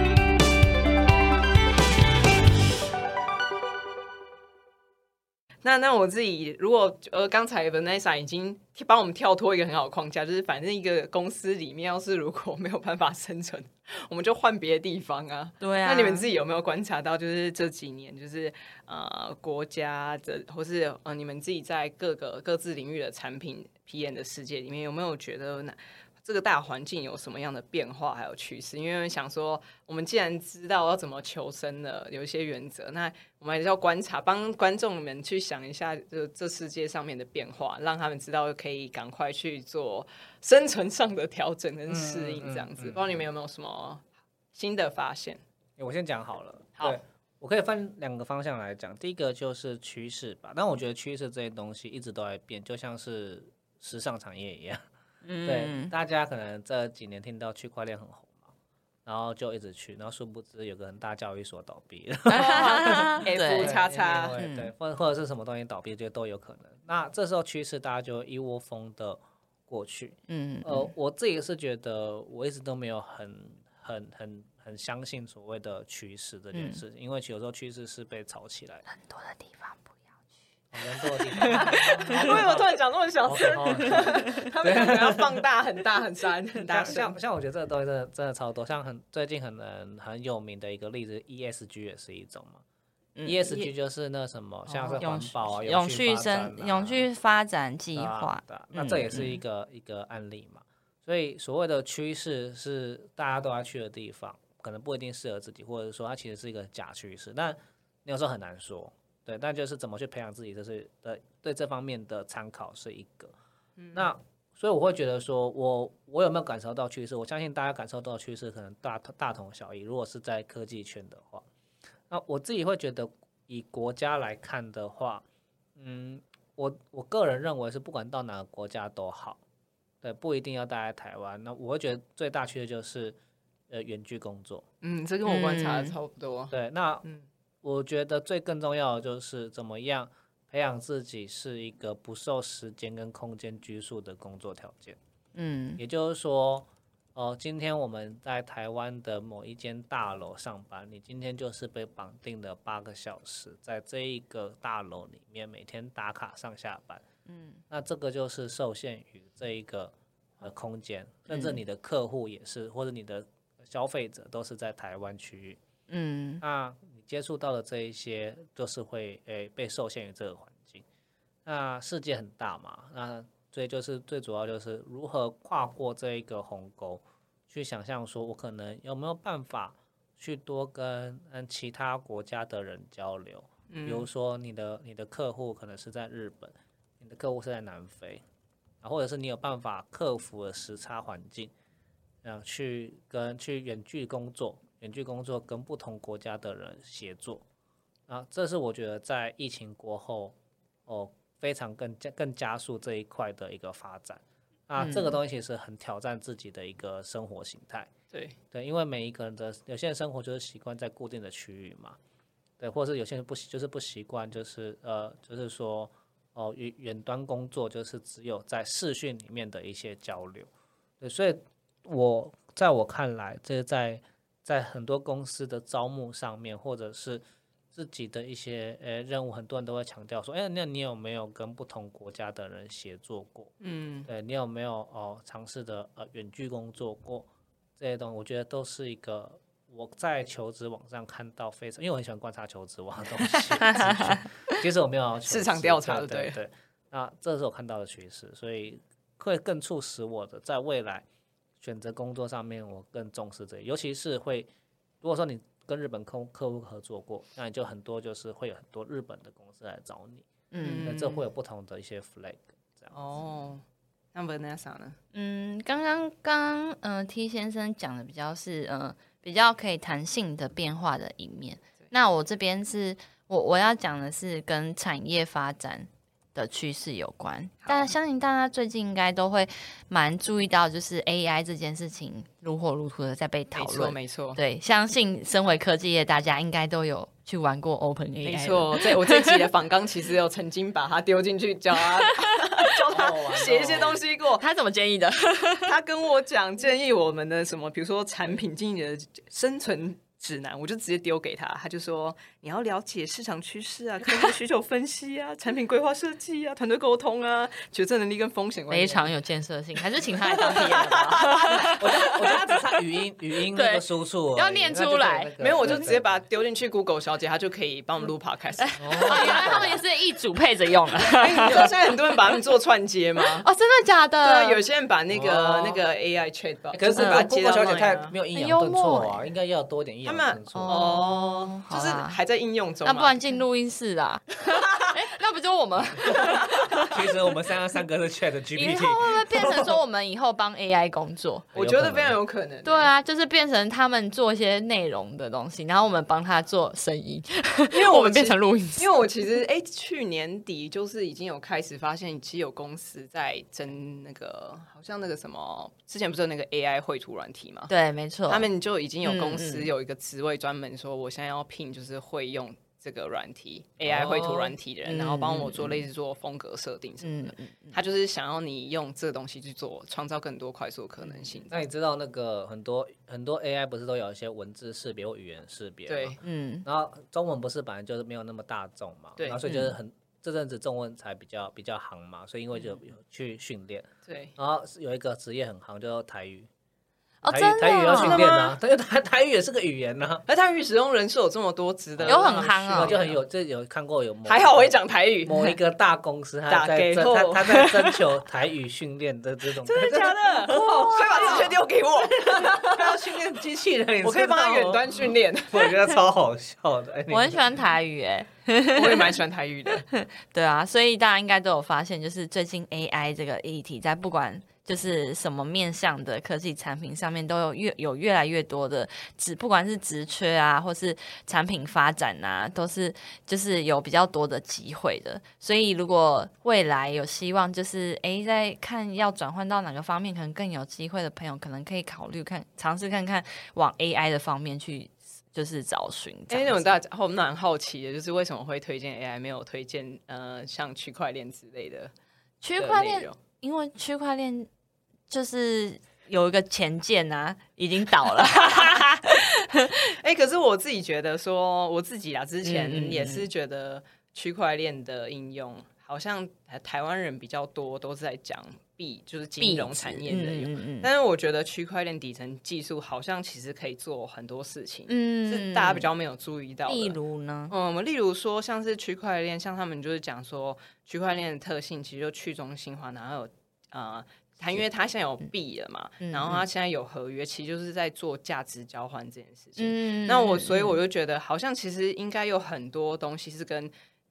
那那我自己如果呃，刚才 Vanessa 已经帮我们跳脱一个很好的框架，就是反正一个公司里面要是如果没有办法生存，我们就换别的地方啊。对啊，那你们自己有没有观察到，就是这几年，就是呃，国家的或是呃，你们自己在各个各自领域的产品 PM 的世界里面，有没有觉得哪这个大环境有什么样的变化还有趋势？因为想说，我们既然知道要怎么求生了，有一些原则，那我们还是要观察，帮观众们去想一下，就这世界上面的变化，让他们知道可以赶快去做生存上的调整跟适应，这样子。嗯嗯嗯不知道你们有没有什么新的发现？欸我先讲好了。好对，我可以分两个方向来讲。第一个就是趋势吧，但我觉得趋势这些东西一直都在变，就像是时尚产业一样。 对，嗯，大家可能这几年听到区块链很红嘛，然后就一直去，然后殊不知有个很大教育所倒闭了。 F 对叉叉对嗯对，或或者是什么东西倒闭，这都有可能。那这时候趋势，大家就一窝蜂的过去。嗯，呃，我自己是觉得我一直都没有很很很很相信所谓的趋势这件事，情，因为有时候趋势是被炒起来的，嗯哦很多的地方不要人多的地 方。哦为什么突然讲那么小声？然他们可能要放大很大很大很大像声。像像我觉得这个东西真的真的超多，像很最近很能很有名的一个例子，ESG 也是一种嘛。ESG 就是那什么，像是，E 哦环永续保啊、嗯永续续发展生啊永续发展计对啊划，对啊那这也是一嗯个、一个案例嘛。所以所谓的趋势是大家都要去的地方，可能不一定适合自己，或者说它其实是一个假趋势，但你有时候很难说。对，但就是怎么去培养自己，这是呃对这方面的参考是一个。嗯那所以我会觉得说，我我有没有感受到趋势？我相信大家感受到趋势可能大大同小异。如果是在科技圈的话，那我自己会觉得，以国家来看的话，嗯，我我个人认为是不管到哪个国家都好，对，不一定要待在台湾。那我会觉得最大区的就是呃远距工作。嗯，这跟我观察的嗯差不多。对，那嗯我觉得最更重要的就是怎么样培养自己是一个不受时间跟空间拘束的工作条件。嗯也就是说，呃，今天我们在台湾的某一间大楼上班，你今天就是被绑定了八个小时，在这一个大楼里面每天打卡上下班。嗯，那这个就是受限于这一个呃空间，甚至嗯你的客户也是，或者你的消费者都是在台湾区域。嗯那你接触到的这一些，就是会诶、被受限于这个环境。那世界很大嘛，那所以就是最主要就是如何跨过这一个鸿沟，去想象说我可能有没有办法去多跟嗯其他国家的人交流，比如嗯，说你的你的客户可能是在日本，你的客户是在南非，啊，或者是你有办法克服了时差环境，然后去跟去远距工作，远距工作跟不同国家的人协作，啊，这是我觉得在疫情过后哦，非常更加更加速这一块的一个发展。啊，这个嗯东西其实很挑战自己的一个生活形态。对，对，因为每一个人的有些人生活就是习惯在固定的区域嘛，对，或者是有些人不习就是不习惯，就是呃，就是说哦，远远端工作就是只有在视讯里面的一些交流，对，所以我在我看来，这是在在很多公司的招募上面，或者是自己的一些呃任务，很多人都会强调说，哎，那你有没有跟不同国家的人协作过？嗯，对你有没有哦尝试的呃远距工作过这些东西？我觉得都是一个我在求职网上看到非常，因为我很喜欢观察求职网的东西资讯。其实我没有要求市场职调查的对对对。那这是我看到的趋势，所以会更促使我的在未来选择工作上面，我更重视这个，尤其是会如果说你跟日本客客户合作过，那你就很多就是会有很多日本的公司来找你，嗯那这会有不同的一些 flag 这样。哦，那 Vanessa 呢？嗯，刚刚刚刚嗯 T 先生讲的比较是呃比较可以弹性的变化的一面，那我这边是我我要讲的是跟产业发展。的趋势有关，大家相信大家最近应该都会蛮注意到，就是 AI 这件事情如火如荼的在被讨没错，论。没错，对，相信身为科技业，大家应该都有去玩过 Open AI。没，错。这 我这集的访纲其实有曾经把它丢进去，教他教好玩他哦写一些东西过。他怎么建议的？ 他跟我讲建议我们的什么，比如说产品经理的生存指南，我就直接丢给他，他就说你要了解市场趋势啊、客户需求分析啊、产品规划设计啊、团队沟通啊、 决策能力跟风险管理 非啊。常有建设性，还是请他来当 PM 吧。我觉 得我觉得它只差语音语音那对个输出而已，要念那就出可以来那个没有，我就对直接把它对丢进去 Google 小姐，她就可以帮我们录 podcast。哦，原来他们也是一组配着用的。哎，你知道现在很多人把他们做串接吗？ 哦，真的假对啊，的？有些人把那个、哦那个 AI chat 吧，可就是是把它把接 g 到 o 呃小姐 Line 太啊没有抑很扬幽顿默挫欸啊，应该要多点抑他扬们顿挫。哦，好就啦是还在应用中嘛。那不然进录音室啊？ 哎，那不就我 们其实我们三个三 个是 Chat 以 GPT，后 会不会变成说我们以后帮 AI 工 作？我觉得非常有可能。对，啊，就是变成他们做一些内容的东西，然后我们帮他做声音，因为 我我们们变变成成。录音 师。因为我其实哎、去年底就是已经有开始发现，其实有公司在争那个，好像那个什么，之前不是有那个 AI 绘图软体吗？对，没错他。们就已经有公嗯司嗯有一个职位专门说，我现在要聘就是会用这个软体 AI 哦绘图软体的人，嗯然后帮我嗯做类似做风格设定什么嗯的。，他就是想要你用这个东西去做，创造更多快速的可能性。嗯那你知道那个很多很多 AI 不是都有一些文字识别或语言识别吗？对，嗯，然后中文不是本来就是没有那么大众嘛，对嗯然后所以就是很、这阵子中文才比较比较行嘛，所以因为就有去训练，对，然后嗯是有一个职业很行，叫台语，哦，台真语台语的要哦训练啊，因为台台语也是个语言呐、啊，而台语使用人数有这么多，值得有很让夯去哦就很有这有看过有某嗯还好我会讲台语，某一个大公司打他在给征后他他在征求台语训练的这 种，真的假的？ 所以把 资讯丢给我，他要训练机器人，你我可以知帮他道远吗，端训 练。我觉得超好笑 的，哎你我很喜欢台语哎诶。我也蛮喜欢台语的，对啊，所以大家应该都有发现，就是最近 AI 这个议题，在不管就是什么面向的科技产品上面，都有越有越来越多的职，不管是职缺啊，或是产品发展啊，都是就是有比较多的机会的。所以如果未来有希望，就是诶，在看要转换到哪个方面，可能更有机会的朋友，可能可以考虑看尝试看看往 AI 的方面去。就是找寻 这哎、样子，那种大家后蛮好奇的，就是为什么会推荐 AI，没有推荐呃像区块链之类的区块的链内容因为区块链就是有一个前件啊，已经 倒了。哎、可是我自己觉得说，我自己啊，之嗯嗯嗯前也是觉得区块链的应用，好像台台湾人比较多都是在讲币，就是金融产业的应用。嗯嗯但是我觉得区块链底层技术好像其实可以做很多事情，嗯是大家比较没有注意到的。例如呢？嗯，例如说像是区块链，像他们就是讲说区块链的特性其实就去中心化，然后有呃，它因为它现在有币了嘛，嗯然后它现在有合约，其实就是在做价值交换这件事情。嗯那我所以我就就觉得，好像其实应该有很多东西是跟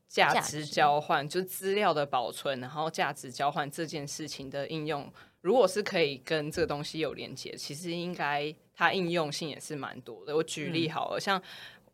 价价值值交换，就是资料的保存，然后价值交换这件事情的应用，如果是可以跟这个东西有连接，其实应该它应用性也是蛮多的。我举例嗯好了，像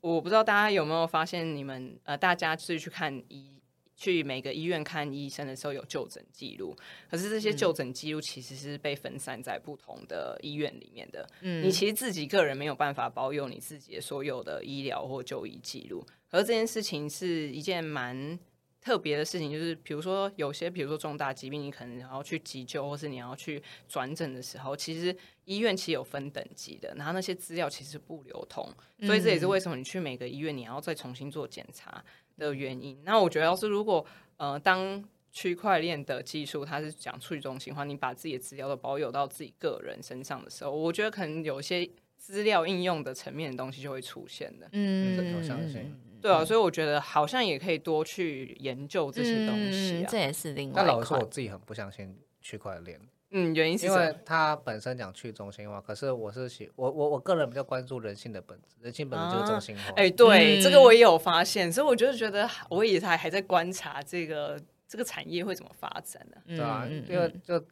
我不知道大家有没有发现，你们呃，大家就是去看医。去每个医院看医生的时候有就诊记录，可是这嗯些就诊记录其实是被分散在不同的医院里面的。嗯你其实自己个人没有办法保有你自己的所有的医疗或就医记录，而这件事情是一件蛮特别的事情，就是比如说有些，比如说重大疾病，你可能要去急救，或是你要去转诊的时候，其实医院其实有分等级的，然后那些资料其实不流通，所以这也是为什么你去每个医院你要再重新做检查的原因。那我觉得要是如果呃当区块链的技术，它是讲去中心化，你把自己的资料都保有到自己个人身上的时候，我觉得可能有一些资料应用的层面的东西就会出现的。嗯我相信。对啊，所以我觉得好像也可以多去研究这些东西嗯啊这。也是另外但一老实说，块我。自己很不相信区块链，嗯，原因是因什么为？它本身讲去中心化，可是我是喜我我我个人比较关注人性的本质，人性本质就是中心化。哎、对，嗯这个我也有发现，所以我就觉得我也还还在观察这个这个产业会怎么发展呢、对啊，嗯嗯因为就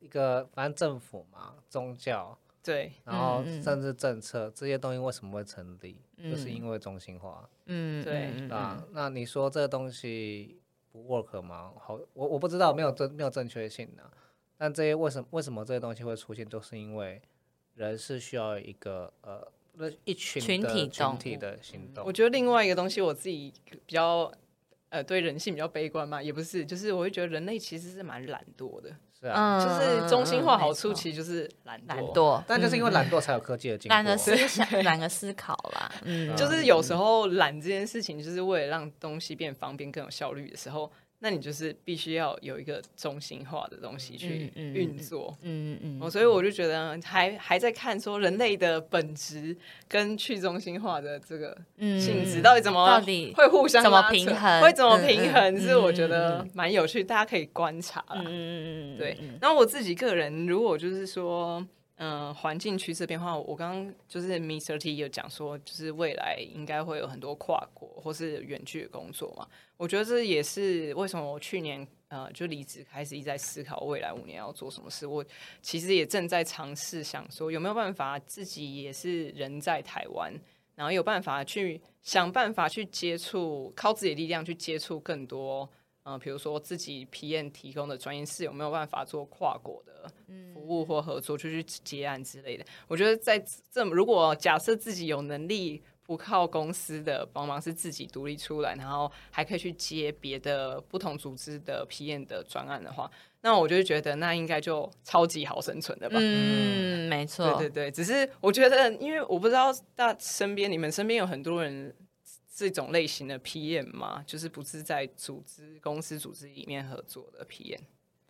一个反正政府嘛，宗教，对，然后嗯嗯政治政策这些东西为什么会成立，就是嗯因为中心化，嗯，对嗯对啊吧？那你说这个东西不 work 吗？好，我我不知道，没有正没有正确性的、但这些为什么为什么这些东西会出现，就是因为人是需要一个呃。那一群群的体动嗯群体物的行动，我觉得另外一个东西，我自己比较呃对人性比较悲观嘛，也不是，就是我会觉得人类其实是蛮懒惰的。是啊，嗯，就是中心化好处实其实就是懒懒惰，惰，但就是因为懒惰才有科技的进嗯步。啊懒得思想，懒得思考啦，嗯，嗯就是有时候懒这件事情，就是为了让东西变方便、更有效率的时候，那你就是必须要有一个中心化的东西去嗯嗯嗯运作。嗯嗯哦，嗯，所以我就觉得还还在看说人类的本质跟去中心化的这个嗯性质到底怎么到底会互相怎么拉扯平衡会怎么嗯嗯平衡，是我觉嗯嗯得蛮有趣，大家可以观察啦。嗯嗯嗯嗯，对嗯，然后我自己个人，如果就是说，嗯、环境趋势变化，我刚刚就是 Mr T 有讲说，就是未来应该会有很多跨国或是远距的工作嘛。我觉得这也是为什么我去年呃就离职开始一直在思考未来五年要做什么事。我其实也正在尝试想说，有没有办法自己也是人在台湾，然后有办法去想办法去接触，靠自己的力量去接触更多。呃，比如说自己 PM 提供的专业是有没有办法做跨国的服务或合作，就去接案之类的。我觉得在这，如果假设自己有能力，不靠公司的帮忙，是自己独立出来，然后还可以去接别的不同组织的 PM 的专案的话，那我就会觉得那应该就超级好生存的吧。嗯，没错，对对对，只是我觉得，因为我不知道大身边你们身边有很多人这种类型的 PM 嘛，就是不是在组织公司组织里面合作的 PM。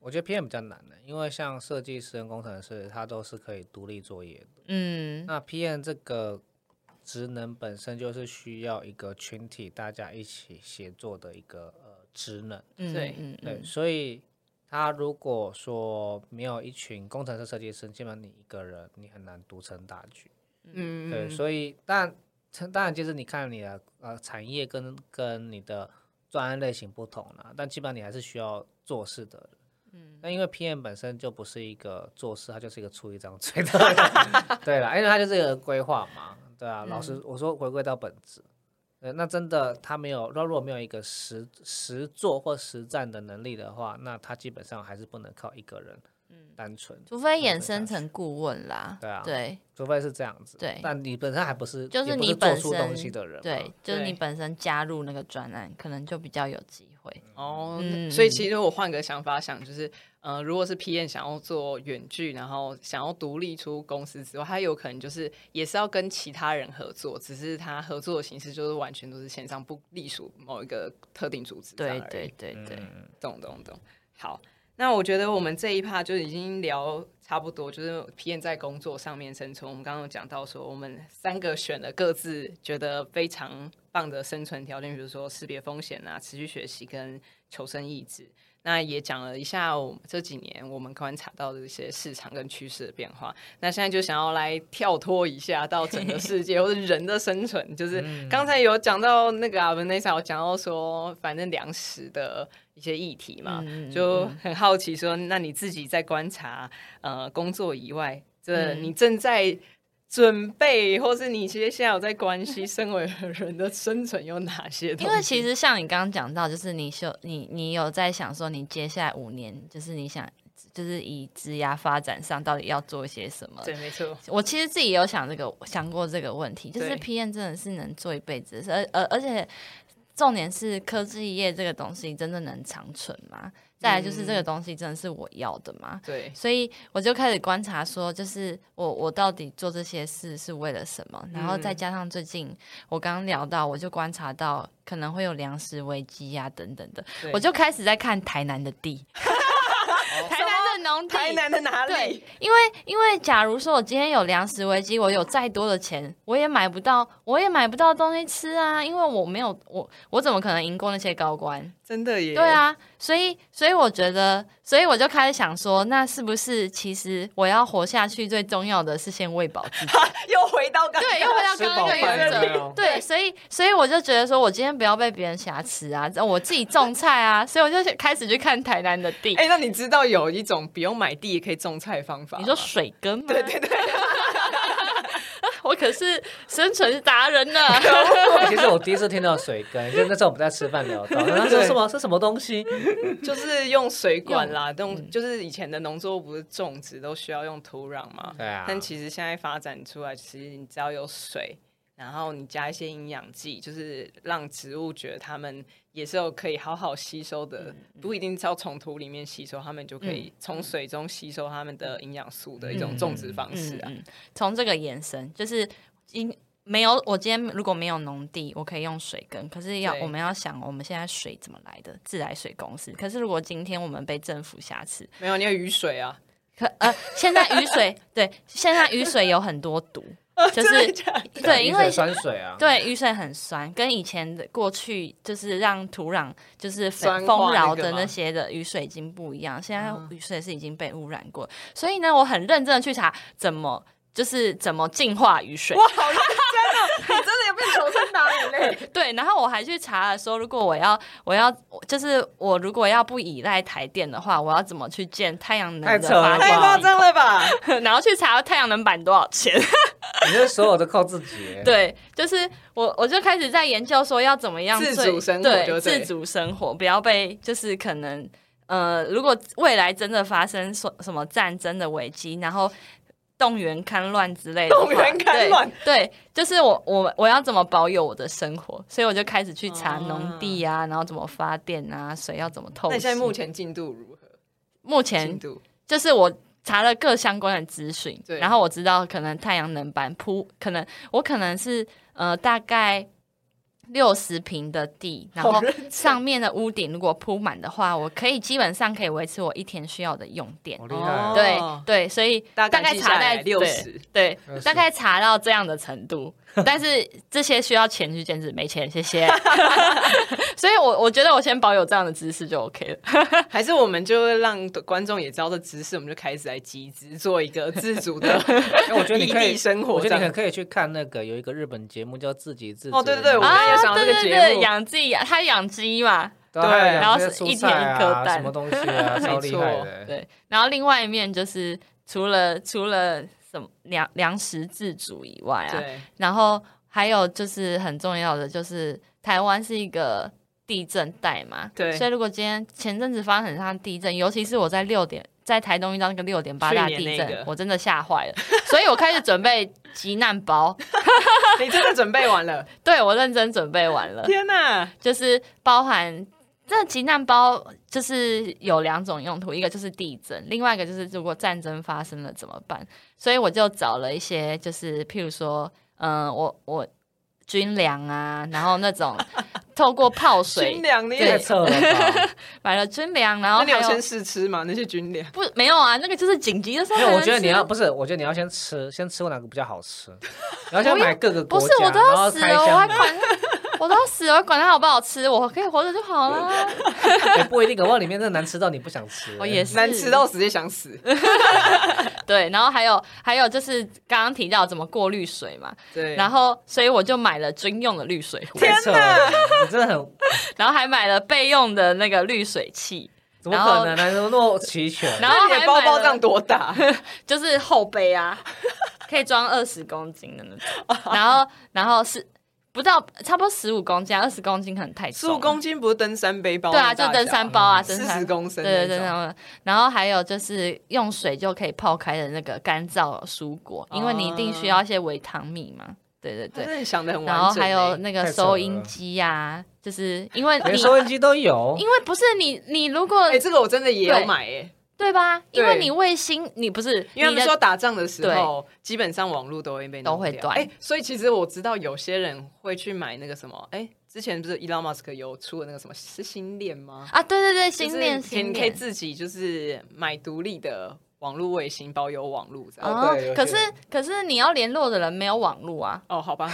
我觉得 PM 比较难的，因为像设计师跟工程师，他都是可以独立作业的。嗯那 PM 这个职能本身就是需要一个群体大家一起协作的一个呃职能，嗯，对嗯对，嗯所以他如果说没有一群工程师、设计师，基本上你一个人你很难独撑大局。嗯，对，所以但当然就是你看你的呃产业跟跟你的专案类型不同啦，但基本上你还是需要做事的人。嗯，那因为 PM 本身就不是一个做事，它就是一个出一张嘴的人。对啦，因为它就是一个规划嘛，对啊。老师，我说回归到本质，呃，那真的他没有，那如果没有一个实实做或实战的能力的话，那他基本上还是不能靠一个人，嗯，单纯，除非能衍下生去成顾问啦，对啊对除非是这样子。对但你本身还不是，就也是不你做本出东西身的人嘛，对，就是你对本身加入那个专案，可能就比较有机会。哦，嗯所以其实我换个想法想，就是呃，如果是 PM 想要做远距，然后想要独立出公司之外，他有可能就是也是要跟其他人合作，只是他合作的形式就是完全都是线上，不隶属某一个特定组织这样而对已。对对对，嗯懂懂懂。好，那我觉得我们这一趴就已经聊差不多，就是 P N 在工作上面生存。我们刚刚有讲到说，我们三个选了各自觉得非常棒的生存条件，比如说识别风险啊、持续学习跟求生意志。那也讲了一下我们这几年我们观察到的一些市场跟趋势的变化。那现在就想要来跳脱一下到整个世界 或者人的生存，就是刚才有讲到那个阿文内莎，有讲到说，反正粮食的一些议题嘛，嗯嗯嗯就很好奇说，那你自己在观察呃工作以外，这嗯你正在。准备，或是你接下来有在关系身为人的生存有哪些东西？因为其实像你刚刚讲到，就是你就你你有在想说，你接下来五年，就是你想就是以职涯发展上到底要做一些什么？对，没错，我其实自己有想这个想过这个问题，就是对 PM 真的是能做一辈子的事，而而而且重点是科技业这个东西真的能长存吗？再来就是这嗯个东西真的是我要的吗？对，所以我就开始观察，说就是我我到底做这些事是为了什么？然后嗯再加上最近我刚刚聊到，我就观察到可能会有粮食危机呀、等等的，对哦我就开始在看台南的地，台南的农地，台南的哪对里？，因为因为假如说我今天有粮食危机，我有再多的钱，我也买不到，我也买不到东西吃啊，因为我没有我我怎么可能赢过那些高官？真的耶，对，啊，所以所以我觉得，所以我就开始想说，那是不是其实我要活下去最重要的是先喂饱自己？又回到刚 对，又回到吃刚饱刚那个饭原则对哦。对，所以所以我就觉得说，我今天不要被别人挟持啊，我自己种菜啊，所以我就开始去看台南的地。哎、那你知道有一种不用买地也可以种菜的方法吗？你说水根吗？对对对。 我可是生存达人呢，欸其实我第一次听到水根，就那时候我们在吃饭聊到，然后说对什么是什么东西？就是用水管啦，用嗯就是以前的农作物不是种嗯植都需要用土壤嘛？对啊但其实现在发展出来，其实你只要有水，然后你加一些营养剂，就是让植物觉得它们也是有可以好好吸收的，嗯不一定是要从土里面吸收，它们就可以从水中吸收它们的营养素的一种种植方式嗯啊。嗯，从这个延伸，就是因没有我今天如果没有农地，我可以用水耕，可是要对我们要想我们现在水怎么来的，自来水公司。可是如果今天我们被政府挟持，没有，你有雨水啊，可呃，现在雨水 对，现在雨水有很多毒，就真的是假 的对，因为酸水啊，对，雨水很酸，跟以前的过去就是让土壤就是酸丰丰化那饶个的吗嗯那些的雨水已经不一样，现在雨水是已经被污染过，所以呢，我很认真的去查怎么就是怎么净化雨水，哇，好认真哦！你真的有被求生达人嘞？对，然后我还去查了说，如果我要我要就是我如果要不依赖台电的话，我要怎么去建太阳太能的扯发了太夸电张了吧！ 机，然后去查太阳能板多少钱。你是所有都靠自己。，欸对，就是我我就开始在研究说要怎么样自最主生活就对对自主生活，不要被就是可能呃，如果未来真的发生什什么战争的危机，然后。动员戡乱之类的话，动员戡乱对，对，就是我我我要怎么保有我的生活，所以我就开始去查农地啊，然后怎么发电啊，水要怎么透哦那析。你现在目前进度如何？目进前度就是我查了各相关的资讯对，然后我知道可能太阳能板铺，可能我可能是呃大概六十平的地，然好后认真上面的屋顶如果铺满的话，我可以基本上可以维持我一天需要的用电好。厉害哦哦。对对，所以大大概概记下查来在60，对对， 60大概查到这样的程 度。但是这些需要钱去兼职，没钱，谢谢。 所以我我觉得我先保有这样的知识就 OK 了。还是我们就让观众也知道这知识，我们就开始来集资，做一个自主的哎，我觉得你可异以地生活我觉得这你样可以去看那个有一个日本节目叫《自给自足》。哦对对对我们也想到这啊对个对节目对，养自己养他养鸡嘛，对啊，对然后然后是一天一颗蛋什么东西 啊，超厉害的。对。然后另外一面就是除了除了什么粮粮食自主以外啊，对然后还有就是很重要的就是台湾是一个。地震带嘛，对所以如果今天前阵子发生很大的地震，尤其是我在六点在台东遇到那个六点八大去地年震，那个我真的吓坏了，所以我开始准备急难包， 你真的准备完了？对我认真准备完了， 天哪！就是包含这急难包，就是有两种用途，一个就是地震，另外一个就是如果战争发生了怎么办？所以我就找了一些，就是譬如说，嗯、我我军粮啊，然后那 种透过泡军水粮你太也对，扯了吧！买了军粮，然那后你还有先有试吃吗？那些军粮不没有啊？那个就是紧急的时 候没才有，能吃啊。我觉得你要不是，我觉得你要先吃，先吃过哪个比较好吃，然后先买各个不是国家，我都然后要死开了，我还箱，管我都要死了，我管它好不好吃，我可以活着就好了。也不一定，搞不好里面真的难吃到你不想吃。我也是难吃到直接想死。对，然后还有还有就是刚刚提到怎么过滤水嘛，对，然后所以我就买了军用的滤水壶，太扯了，你真的很然后还买了备用的那个滤水器，怎么可能呢？怎么那么齐全？然后那你还的包买包了这样多大？就是后背啊，可以装二十公斤的那哦种，然后然后是不到差不多十五公斤啊，二十公斤可能太十重了，五公斤不是登山背包对那啊，么大就小？嗯登山包啊，登四山十公升对那对对，种。那种然后还有就是用水就可以泡开的那个干燥蔬果，因为你一定哦需要一些维他命嘛。对对他对，真的想的很完整欸。然后还有那太个扯收音了机呀、就是因为连你收音机都有，因为不是你，你如果、哎，这个我真的也有对买哎，对吧？因对为你卫星，你不是因为他们你的说打仗的时候，基本上网络都会被弄掉都会断哎、所以其实我知道有些人会去买那个什么，哎、之前不是 Elon Musk 有出的那个什么是星链吗？啊，对对对，就是星链可以星你可以链自己就是买独立的网络卫星，包邮网络这样。哦对有可些是人可是你要联络的人没有网络啊，哦，好 吧，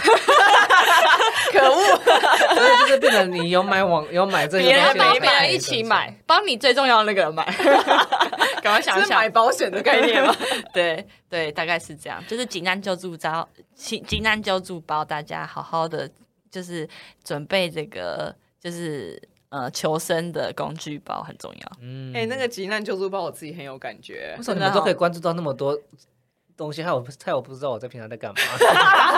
可恶， 所以就是变成你有买网有买这个别人东要西，帮没别买人一起买，，帮你最重要的那个人买， 赶快想这一是买想，保险的概念 吗？对对，大概是这样，就是急难救助包，急急难救助包，大家好好的就是准备这个就是呃求生的工具包很重要。嗯哎、那个急难救助包我自己很有感觉为。什么你们都可以关注到那么多东西，害我不害我不知道我在平常在干嘛，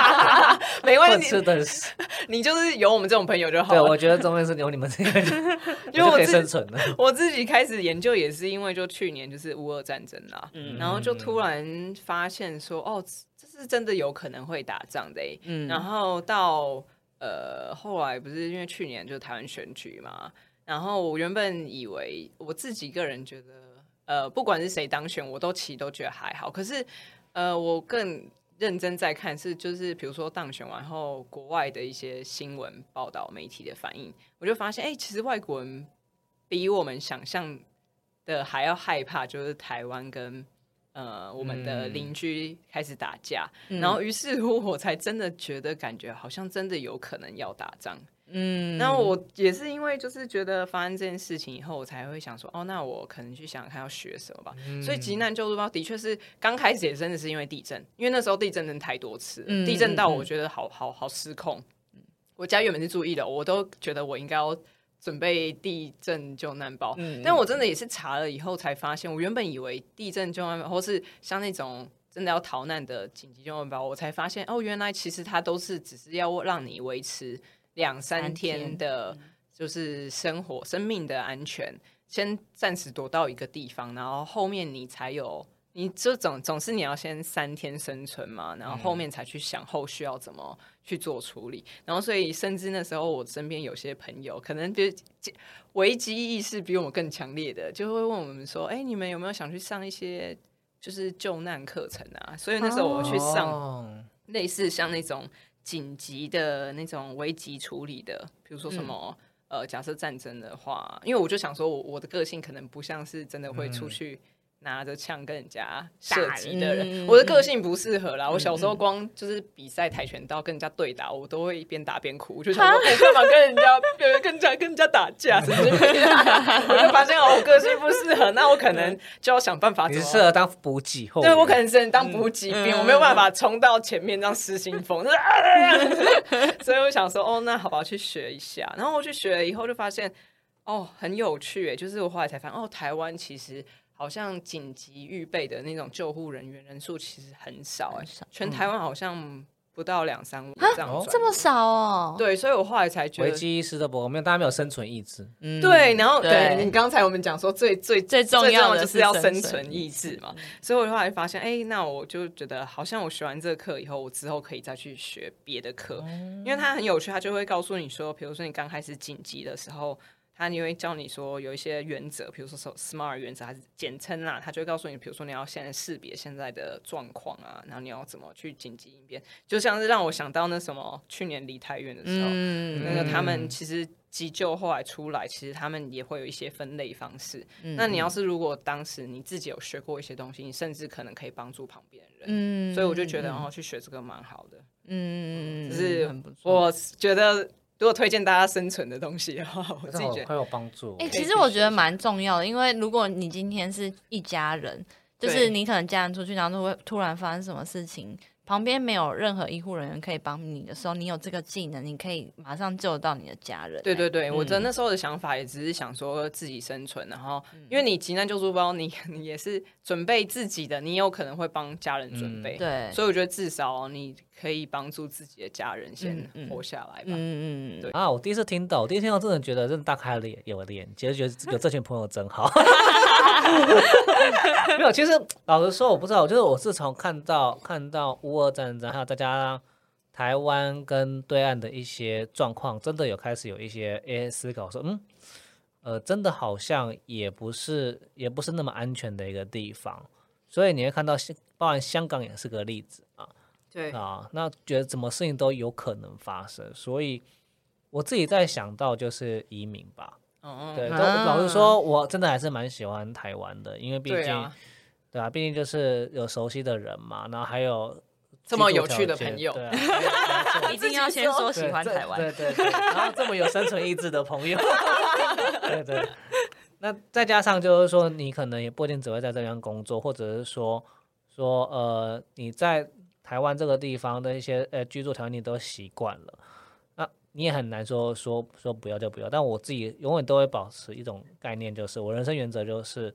没 关 系吃，的是，你就是有我们这种朋友就好对了。我觉得中间是有你们这个人，因为我就我可以自生存了。 我自己开始研究也是因为就去年就是乌俄战争啦，嗯然后就突然发现说，哦，这是真的有可能会打仗的、欸。嗯，然后到呃后来不是因为去年就台湾选举嘛，然后我原本以为我自己个人觉得，呃，不管是谁当选，我都其实都觉得还好。可是呃，我更认真在看是就是比如说当选完后，国外的一些新闻报道、媒体的反应，我就发现，哎、其实外国人比我们想象的还要害怕，就是台湾跟。呃，我们的嗯邻居开始打架，然后于是乎我才真的觉得感觉好像真的有可能要打仗。嗯，那我也是因为就是觉得发生这件事情以后，我才会想说，哦，那我可能去想想看要学什么吧。所嗯嗯以急难救助包的确是刚开始也真的是因为地震，因为那时候地震真的太多次了，嗯地震到嗯嗯我觉得好好好失控。我家原本是住一楼，我都觉得我应该要准备地震救难包，嗯但我真的也是查了以后才发现，我原本以为地震救难包或是像那种真的要逃难的紧急救援包，我才发现哦，原来其实它都是只是要让你维持两三三天嗯天的，就是生活生命的安全，先暂时躲到一个地方，然后后面你才有。你这种总是你要先三天生存嘛，然后嗯后面才去想后续要怎么去做处理，然后所以甚至那时候我身边有些朋友，可能就是危机意识比我们更强烈的，就会问我们说：“哎、你们有没有想去上一些就是救难课程啊？”所以那时候我去上哦类似像那种紧急的那种危机处理的，比如说什么、呃，假设战争的话，因为我就想说我我的个性可能不像是真的会出去。拿着枪跟人家射击的打人，人我的个性不适合啦。我小时候光就是比赛跆拳道跟人家对打，我都会边打边哭，我就想说我干嘛跟人家跟跟人家跟人家打架？神经病 我就发现哦，我个性不适合，那我可能就要想办法你啊怎是么适合当补给后援，对我可能只能当嗯补给兵，我没有办法冲到前面这样失心疯，就是啊所以我想说，哦，那好吧，去学一下。然后我去学了以后，就发现哦，很有趣诶，就是我后来才发现，哦，台湾其实好像紧急预备的那种救护人员人数其实很少诶，很少嗯全台湾好像不到两三万这样哦转这么少哦，对，所以我后来才觉危得。机意识都不够，没有大家没有生存意志。嗯对，然后对对你刚才我们讲说最最最重最重要要的就是是要生生存嗯存意志嘛。所以我后来发现，哎、那我就觉得好像我学完这个课以后，我之后可以再去学别的课，哦因为它很有趣，它就会告诉你说，比如说你刚开始紧急的时候。它你会教你说有一些原则，比如说什么 SMART 原则，还是简称啦，它就会告诉你，比如说你要现在识别现在的状况啊，然后你要怎么去紧急应变，就像是让我想到那什么去年离太远的时候，嗯，那个他们嗯其实急救后来出来，其实他们也会有一些分类方式。嗯那你要是如果当时你自己有学过一些东西，你甚至可能可以帮助旁边的人。嗯，所以我就觉得，得哦，去学这个蛮好的。嗯，就是很不错。我觉得如果推荐大家生存的东西的话，我自这己好觉得很有帮助。哦可哎、以其去实我学觉得习蛮重要的，因为如果你今天是一家人，就是对你可能家人出去，然后突会突然发生什么事情，旁边没有任何医护人员可以帮你的时候，你有这个技能，你可以马上救到你的家人、对对，对，我的嗯那时候的想法也只是想说自己生存，然后因为你急难救助包，你你也是准备自己的，你有可能会帮家人准嗯备。欸对，所以我觉得至少你可以帮助自己的家人先嗯嗯活下来吧。嗯嗯嗯，对啊！我第一次听到，我第一次听到，真的觉得真的大开了眼，有了眼界，就觉得有这群朋友真好。 没有，其实老实说，我不知道，就是我自从看到看到乌俄战争，还有再加上台湾跟对岸的一些状况，真的有开始有一些一些思考，说嗯，呃，真的好像也不是也不是那么安全的一个地方，所以你会看到，包含香港也是个例子啊。对啊，那觉得什么事情都有可能发生，所以我自己在想到就是移民吧。哦，对，嗯都老实说，我真的还是蛮喜欢台湾的，因为毕竟对啊，对啊，毕竟就是有熟悉的人嘛，然后还有这么居住有条趣的件朋友对啊没错一定要先说喜对欢这台湾，对 对对，然后这么有生存意志的朋友，对对。那再加上就是说，你可能也不一定只会在这边工作，或者是说说呃你在台湾这个地方的一些呃居住条件你都习惯了，那你也很难说说说不要就不要。但我自己永远都会保持一种概念，就是我人生原则就是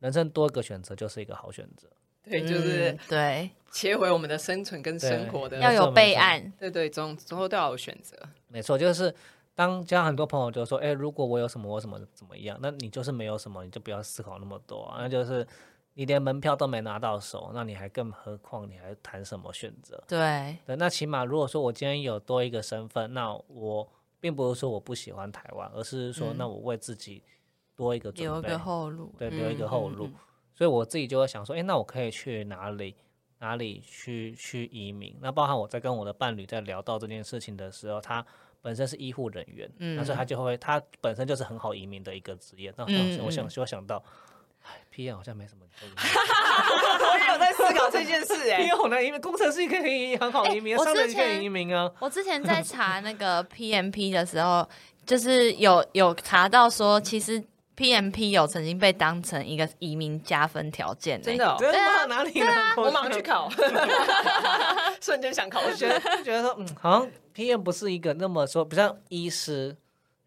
人生多一个选择就是一个好选择。对，就是嗯对，切回我们的生存跟生活对的，要没错有备没错案，对对，总总后都要有选择。没错，就是当加上很多朋友就说，哎、如果我有什么，我什么怎么样，那你就是没有什么，你就不要思考那么多啊、那就是你连门票都没拿到手，那你还更何况你还谈什么选择？对，对，那起码如果说我今天有多一个身份，那我并不是说我不喜欢台湾，而是说那我为自己多一个准嗯留一备，个后路，对，留一个嗯后嗯路。嗯所以我自己就会想说，哎，那我可以去哪里？哪里去去移民？那包含我在跟我的伴侣在聊到这件事情的时候，他本身是医护人员，那所以他就会，他本身就是很好移民的一个职业。那我嗯想，我嗯想，就会想到，哎，P M 好像没什么可以移 民。我也有在思考这件 事 P 哎、 M 好难移民，工程师也可以很好移民，哎我商人之也可以前移民啊。 我之前在查那个 PMP 的时候，就是有有查到说，其实 PMP 有曾经被当成一个移民加分条件、欸，真的、哦，真的吗？哪里呢？啊哦我马上去考， 瞬间想考我觉学。得觉得说，嗯，好像 PM 不是一个那么说，不像医师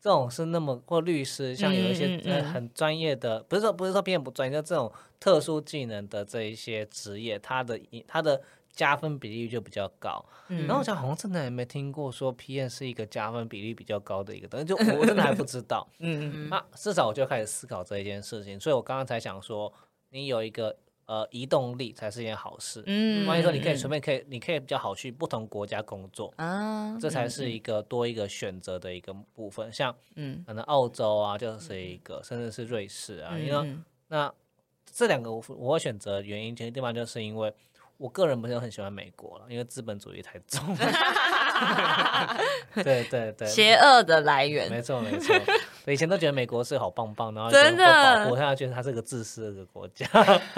这种是那么或律师，像有一些、嗯嗯呃嗯很专业的，不是说不是说 PM 不专业，就这种特殊技能的这一些职业，它的它的加分比例就比较高。嗯然后我想，好像真的也没听过说 PM 是一个加分比例比较高的一个东西，就我真的还不知道。 嗯，那至少我就开始思考这一件事情，所以我刚刚才想说，你有一个呃移动力才是一件好事。嗯万一说你可以随便可以，你可以比较好去不同国家工作，啊，这才是一个多一个选择的一个部分。像嗯，可能澳洲啊，就是一个，甚至是瑞士啊，因为嗯那这两个我我会选择原因，其实地方就是因为我个人不是很喜欢美国了，因为资本主义太重。 对对对，邪恶的来源，没错没错，以前都觉得美国是好棒棒，然后真就会的保护他，觉得它是个自私的国家。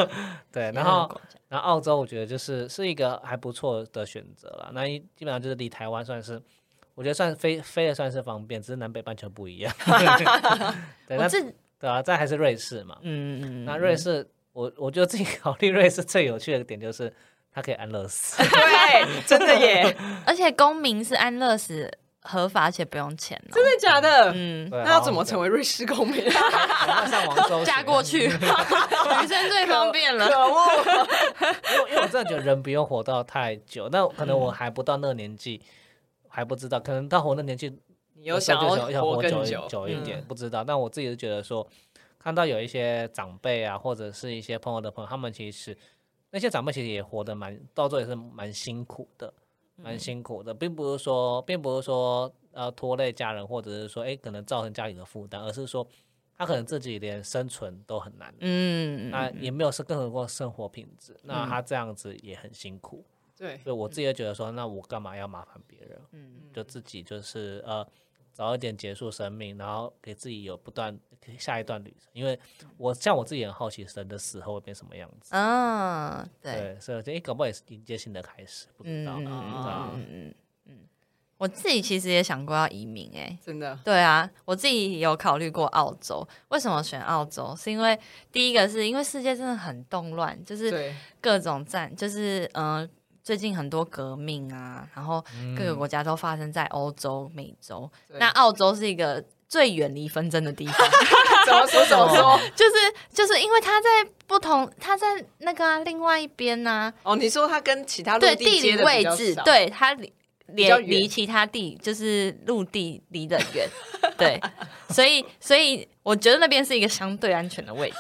对，然后然后澳洲我觉得就是是一个还不错的选择了，那一基本上就是离台湾算是，我觉得算飞飞的算是方便，只是南北半球不一样。 嗯 对，我那自对啊，再还是瑞士嘛。嗯嗯那瑞士，我我就自己考虑瑞士最有趣的点就是它可以安乐死。 对， 真的耶，真 嗯，而且公民是安乐死合法而且不用钱、哦，的假的？嗯， 对啊那要怎么成为？为瑞士公民？我要上网搜寻嫁 过去，女生最方便可了，恶！因为因为我真的觉得人不用活到太久，那可嗯能我还不到那个年纪，还不知道，可能到我那年纪你有又时想候就想要活活更久一久一嗯点，不知道。但我自己是觉得说，看到有一些长辈啊，或者是一些朋友的朋友，他们其实那些长辈其实也活得蛮，到最后也是蛮辛苦的，蛮辛苦的，并不是说，并不是说呃拖累家人，或者是说哎可能造成家里的负担，而是说他可能自己连生存都很难。嗯，那也没有是更何况生活品质，那他这样子也很辛苦，嗯对，所以我自己就觉得说，那我干嘛要麻烦别人？嗯，就自己就是呃，早一点结束生命，然后给自己有不断下一段旅程。因为我像我自己也很好奇，人的死后会变什么样子？嗯，对。对，所以我觉得，诶搞不好也是迎接新的开始，不知道。啊嗯嗯嗯，我自己其实也想过要移民哎、真的对啊，我自己有考虑过澳洲。为什么选澳洲？是因为第一个是因为世界真的很动乱，就是对，各种战，就是嗯、呃最近很多革命啊，然后各个国家都发生在欧洲、美洲。嗯对那澳洲是一个最远离纷争的地方， 怎么说怎么说？就是就是因为它在不同，它在那个、啊、另外一边呢、哦，你说他跟其他陆对地地接理的位比较置少，对它离较远离离其他地就是陆地离得远，对，所以所以我觉得那边是一个相对安全的位置，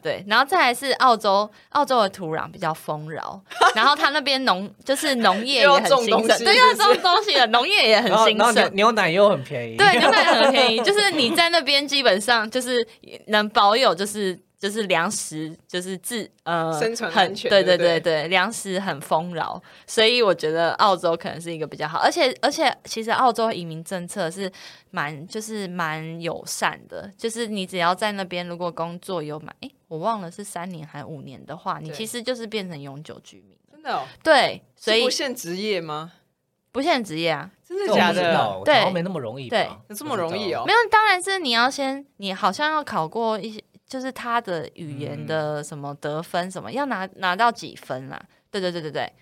对，然后再来是澳洲，澳洲的土壤比较丰饶，然后它那边农就是农业也又要很种兴东盛，西对，是要不是种东西的，农业也很然后，兴然后牛盛。牛奶又很便宜，对，牛奶很便宜，就是你在那边基本上就是能保有就是。就是粮食，就是自呃生存很安全对对不对对对，粮食很丰饶，所以我觉得澳洲可能是一个比较好，而且而且其实澳洲移民政策是蛮就是蛮友善的，就是你只要在那边如果工作有满，诶，我忘了是三年还五年的话，你对其实就是变成永久居民，真的哦，对，所是以不限职业吗？不限职业啊，真这的我假不知的？道，我对想好像没那么容易对吧，有这么容易哦。哦没？有，当然是你要先，你好像要考过一些，就是他的语言嗯的什么得分什么，要拿拿到几分啦。对对对对对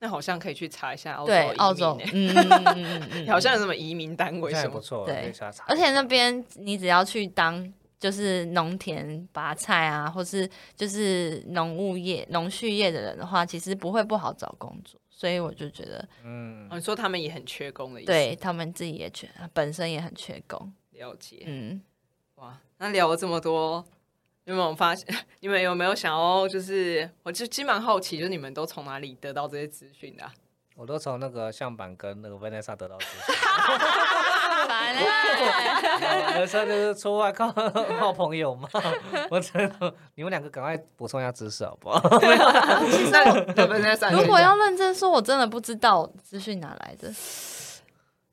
那好像可以去查一下澳洲对，澳移洲民，欸嗯嗯嗯嗯嗯 嗯，好像有什么移民单位这什样也不么？错，对可以下查而且那边你只要去当就是农田拔菜啊，或是就是农务业、农畜业的人的话，其实不会不好找工作。所以我就觉得，嗯，哦，你说他们也很缺工的意思，对，他们自己也缺，本身也很缺工。了解。嗯，哇，那聊了这么多，你们有没有发现？ 你们有没有想要？就是我就其实蛮好奇，就是你们都从哪里得到这些资讯的啊、我都从那个相板跟那个 Vanessa 得到知识。烦欸 人生呃就是出外靠靠朋友嘛。 我真的，你们两个赶快补充一下知识好不好？ 那那不是在啊如果要认真说，我真的不知道资讯哪来的，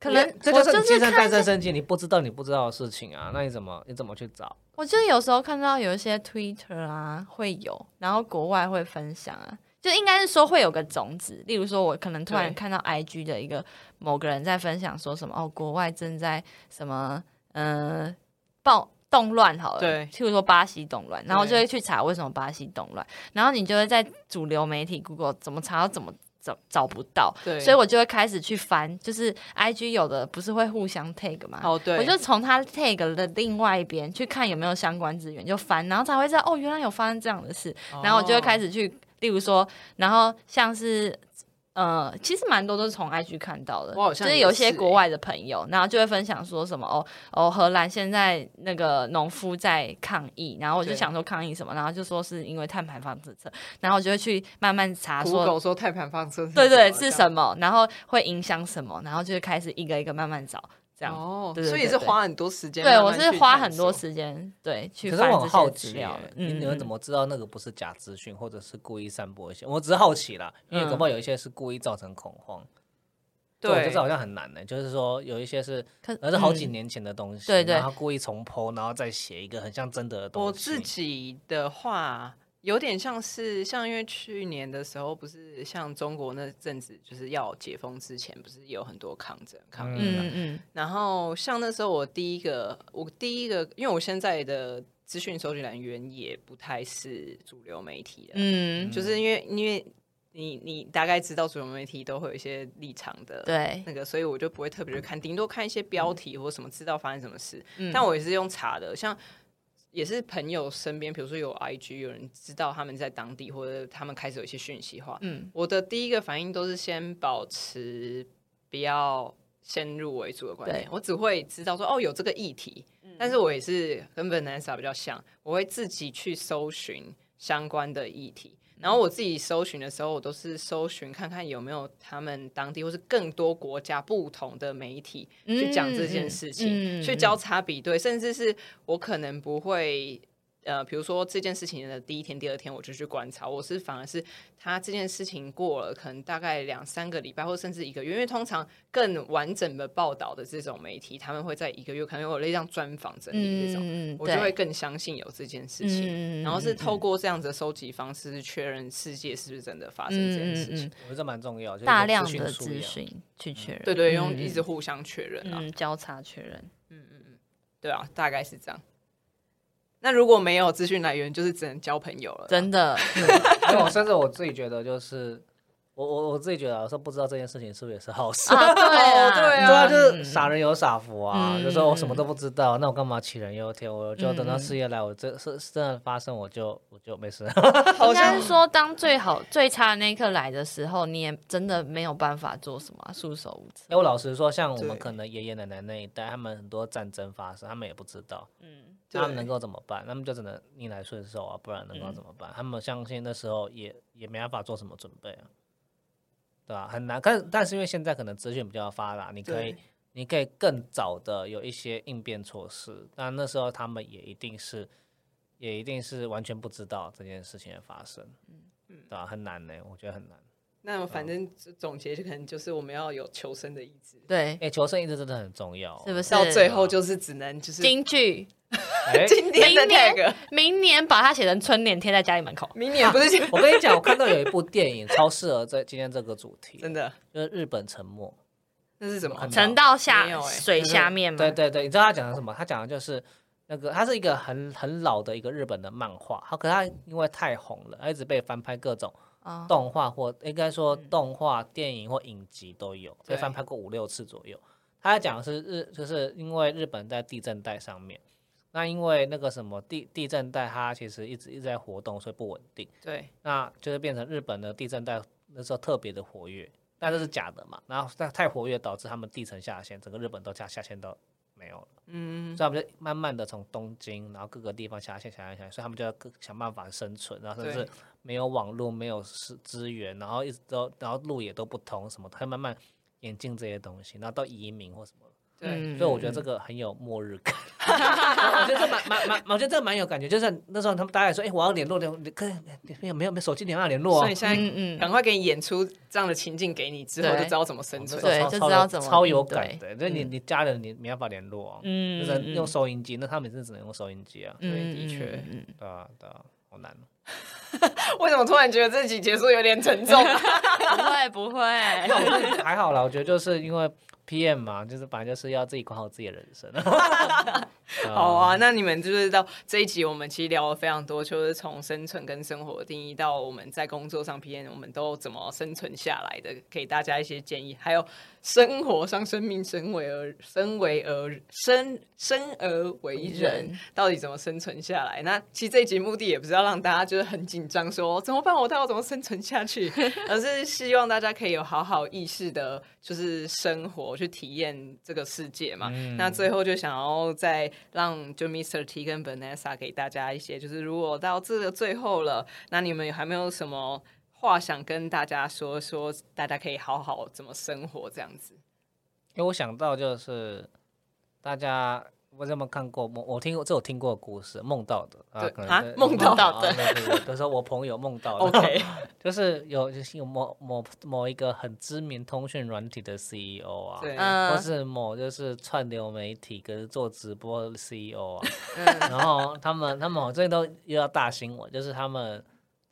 可能这我就是你是亲身看战胜生经，你不知道你不知道的事情啊，那你怎么你怎么去找？我就是有时候看到有一些 Twitter 啊会有，然后国外会分享啊，就应该是说会有个种子。例如说，我可能突然对看到 IG 的一个某个人在分享说什么哦，国外正在什么呃暴动乱好了，对譬如说巴西动乱，然后我就对会去查为什么巴西动乱，然后你就会在主流媒体 Google 怎么查到怎么。找找不到，对，所以我就会开始去翻，就是 I G 有的不是会互相 tag 吗？哦对，我就从他 tag 的另外一边去看有没有相关资源，就翻，然后才会知道哦，原来有发生这样的事，哦然后我就会开始始去，例如说，然后像是。呃，其实蛮多都是从 IG 看到的，我好像就是也有一些是国欸外的朋友，然后就会分享说什么哦哦，荷兰现在那个农夫在抗议，然后我就对想说抗议什么，然后就说是因为碳排放政策，然后我就会去慢慢查说 Google 说碳排放射，对对是么什么，然后会影响什么，然后就会开始一个一个慢慢找这这样样？哦，对对所以对是对花很多时间慢对，我慢去探索，是花很多时间对去可翻是我很这好些资奇料耶的，。你你们嗯？怎么知道那个不是假资讯，或者是故意散播一些？我只是好奇啦，因为嗯搞不好有一些是故意造成恐慌。这我觉对得这好像很难呢、就是说有一些是，呃可而是好几嗯年前的东西，对对然后故意重剖，然后再写一个很像真的的东西。我自己的话，有点像是像因为去年的时候，不是像中国那阵子，就是要解封之前，不是有很多抗争抗议嗯嘛？嗯嗯，然后像那时候我第一个，我第一个，因为我现在的资讯收集来源也不太是主流媒体的，嗯，就是因为因为你你大概知道主流媒体都会有一些立场的对，那个，所以我就不会特别去看，顶多看一些标题或什么，知道发生什么事。嗯但我也是用查的，像也是朋友身边，比如说有 IG，有人知道他们在当地或者他们开始有一些讯息化，嗯我的第一个反应都是先保持不要先入为主的观念对，嗯我只会知道说哦有这个议题，但是我也是跟 Vanessa 比较像，我会自己去搜寻相关的议题。然嗯后我自己搜寻的时候，我都是搜寻看看有没有他们当地或是更多国家不同的媒体去讲这件事情，嗯嗯嗯去交叉比对，甚至是我可能不会呃，比如说这件事情的第一天、第二天，我就去观察，我是反而是他这件事情过了，可能大概两三个礼拜，或甚至一个月，因为通常更完整的报道的这种媒体，他们会在一个月，可能有类似像专访整理这种，嗯嗯，我就会对更相信有这件事情。嗯，然后是嗯透过这样子的收集方式，去确认世界是不是真的发生这件嗯事嗯情。嗯，我觉得这蛮重要，就是一个大量讯的素资养。讯去确认，啊对对，用嗯一直互相确认啊。嗯交叉确认，嗯对啊，大概是这样。那如果没有资讯来源，就是只能交朋友了啦。真的， 因为我甚至我自己觉得，就是我我我自己觉得啊，我说不知道这件事情是不是也是好 事。啊哦对 对啊 对啊，就是傻人有傻福啊，嗯就说我什么都不知道，那我干嘛杞人忧天？我就等嗯到嗯事业来，我这事事真的发生，我就我就没事。 哎好应该像是说，当最好最差的那一刻来的时候，你也真的没有办法做什么啊，束手无策。因为我老实说，像我对们可能爷爷奶奶那一代，他们很多战争发生，他们也不知道，嗯那他对们能够怎么办？他们就只能逆来顺受啊，不然能够怎么办？嗯他们相信那时候也也没办法做什么准备啊，对吧、很难。但但是因为现在可能资讯比较发达，你可以对你可以更早的有一些应变措施，但那时候他们也一定是也一定是完全不知道这件事情的发生，嗯对吧、很难呢、我觉得很难。那反正总结就可能就是我们要有求生的意志，对，哎、求生意志真的很重要哦、是不是？到最后就是只能就是京剧，哎今天的明年 tag，明年把它写成春联贴在家里门口。明年不是我跟你讲，我看到有一部电影超适合在今天这个主题，真的，就是日本沉没。那是什么？沉到下没有欸水下面嘛，对对对，你知道他讲的什么？他讲的就是那个，他是一个很很老的一个日本的漫画，他可是他因为太红了，他一直被翻拍各种啊，动画或应该说动画、电影或影集都有被对翻拍过五六次左右。他讲的是日，就是因为日本在地震带上面，那因为那个什么地地震带，它其实一直一直在活动，所以不稳定。对，那就是变成日本的地震带那时候特别的活跃，但这是假的嘛。然后但太活跃导致他们地层下陷，整个日本都下下陷到没有了。嗯，所以他们就慢慢的从东京，然后各个地方下线下线下线，所以他们就要各想办法生存，然后甚对至没有网络，没有资资源，然后一直都然后路也都不通什么，他慢慢演进这些东西，然后到移民或什么。对，嗯所以我觉得这个很有末日 感，我觉得这蛮蛮蛮，我觉得这蛮有感觉。就是那时候他们大家也说，哎、我要联络联，可没有没有没有手机联络联络、所啊以你，现在嗯赶快给你演出这样的情境给你，之后对就知道怎么生那时候存。对超就超知道有怎么超有应感对的，就是你你家人你没办法联络、啊，嗯就是用收音机，那他们是只能用收音机啊，对的确嗯对啊对啊，好难、哦。 为什么突然觉得这集结束有点沉重？嗯不会不会，还好啦，我觉得就是因为 PM 嘛，就是本来就是要自己管好自己的人生。啊好啊，那你们就是到这一集，我们其实聊了非常多，就是从生存跟生活的定义到我们在工作上 P N，我们都怎么生存下来的，给大家一些建议，还有生活上生命身为而身为而生生而为人人，到底怎么生存下来？那其实这一集目的也不是要让大家就是很紧张，说怎么办，我到底要怎么生存下去， 而是希望大家可以有好好意识的，就是生活去体验这个世界嘛。嗯那最后就想要再让就 Mr. T 跟 Vanessa 给大家一些，就是如果到这个最后了，那你们有还没有什么话想跟大家说？说大家可以好好怎么生活这样子？因为我想到就是大家。我有没有看过梦？我听过，这我听过的故事，梦到的啊对，可能啊对梦到的啊对对对就是我朋友梦到的 OK 就是有就是有某某某一个很知名通讯软体的 CEO 啊，对，或嗯是某就是串流媒体跟做直播的 CEO 啊，嗯然后他们他们好像最近都遇到大新闻，就是他们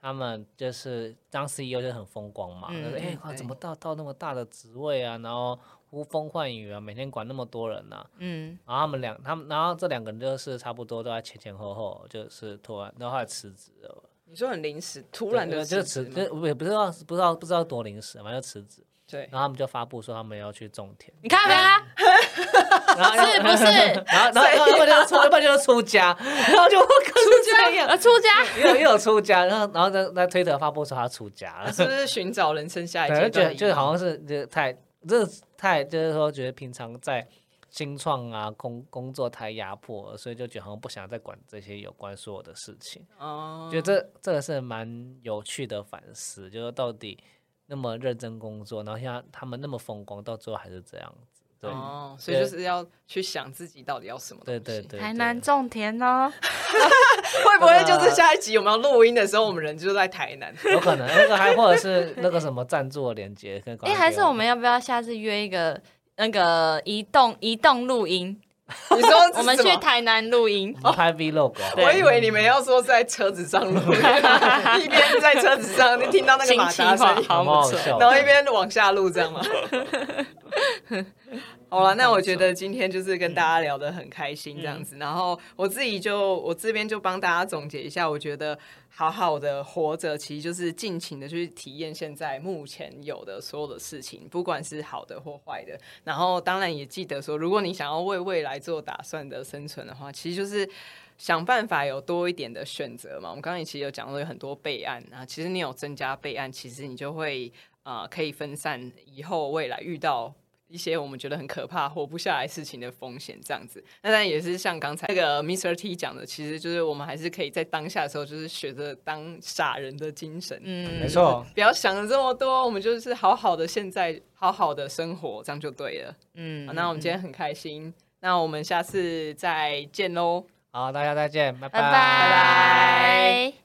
他们就是当 CEO 就很风光嘛，嗯就是哎、哇对怎么到到那么大的职位啊，然后呼风唤雨啊，每天管那么多人呐、啊，嗯然后他们两他们然后这两个人就是差不多都在前前后后就是突然然后后来辞职了，你说很临时，突然的对就是辞辞职就吗也不知道不知道不知道多临时，反正就辞职，对， 然后他们就发布说他们要去 种田，你看到没啊？然后是不 是？然后然后然后要不然就出要不然就是出家，然后就我靠出家一样。呃，出家也有也有出家，然后然后在在推特发布说他出 家了，是不是寻找人生下一啊阶段对，就觉得的意义？就是好像是就是太这太就是说觉得平常在新创啊工工作太压迫了，所以就觉得好像不想再管这些有关所有的事情。哦，觉得这这个是蛮有趣的反思，就是到底那么认真工作，然后现在他们那么风光，到最后还是这样子。对、哦，所以就是要去想自己到底要什么东对西。对对，台对南种田哦，会不会就是下一集我们要录音的时候，我们人就在台 南？有可能那个还或者是那个什么赞助的连接，可 以赶快哎，还给是我们要不要下次约一个那个移动移动录音？你说 我们是什去么台南录音我，们拍 vlog，好不好我以为你们要说是在车子上录，一边在车子上就听到那个马达声音新奇话好蛮不错笑的然后一边往下录，这样吗？好了，那我觉得今天就是跟大家聊得很开心这样子，然后我自己就我这边就帮大家总结一下，我觉得好好的活着，其实就是尽情的去体验现在目前有的所有的事情，不管是好的或坏的。然后当然也记得说，如果你想要为未来做打算的生存的话，其实就是。想办法有多一点的选择嘛。我们刚刚也其实有讲到有很多备案啊，其实你有增加备案，其实你就会啊可以分散以后未来遇到。一些我们觉得很可怕、活不下来事情的风险，这样子。那当然也是像刚才那个 Mr. T 讲的，其实就是我们还是可以在当下的时候，就是学着当傻人的精神，嗯没，错，不要想的这么多，我们就是好好的现在，好好的生活，这样就对了。嗯好，那我们今天很开心，那我们下次再见喽。好，大家再见，拜拜拜拜。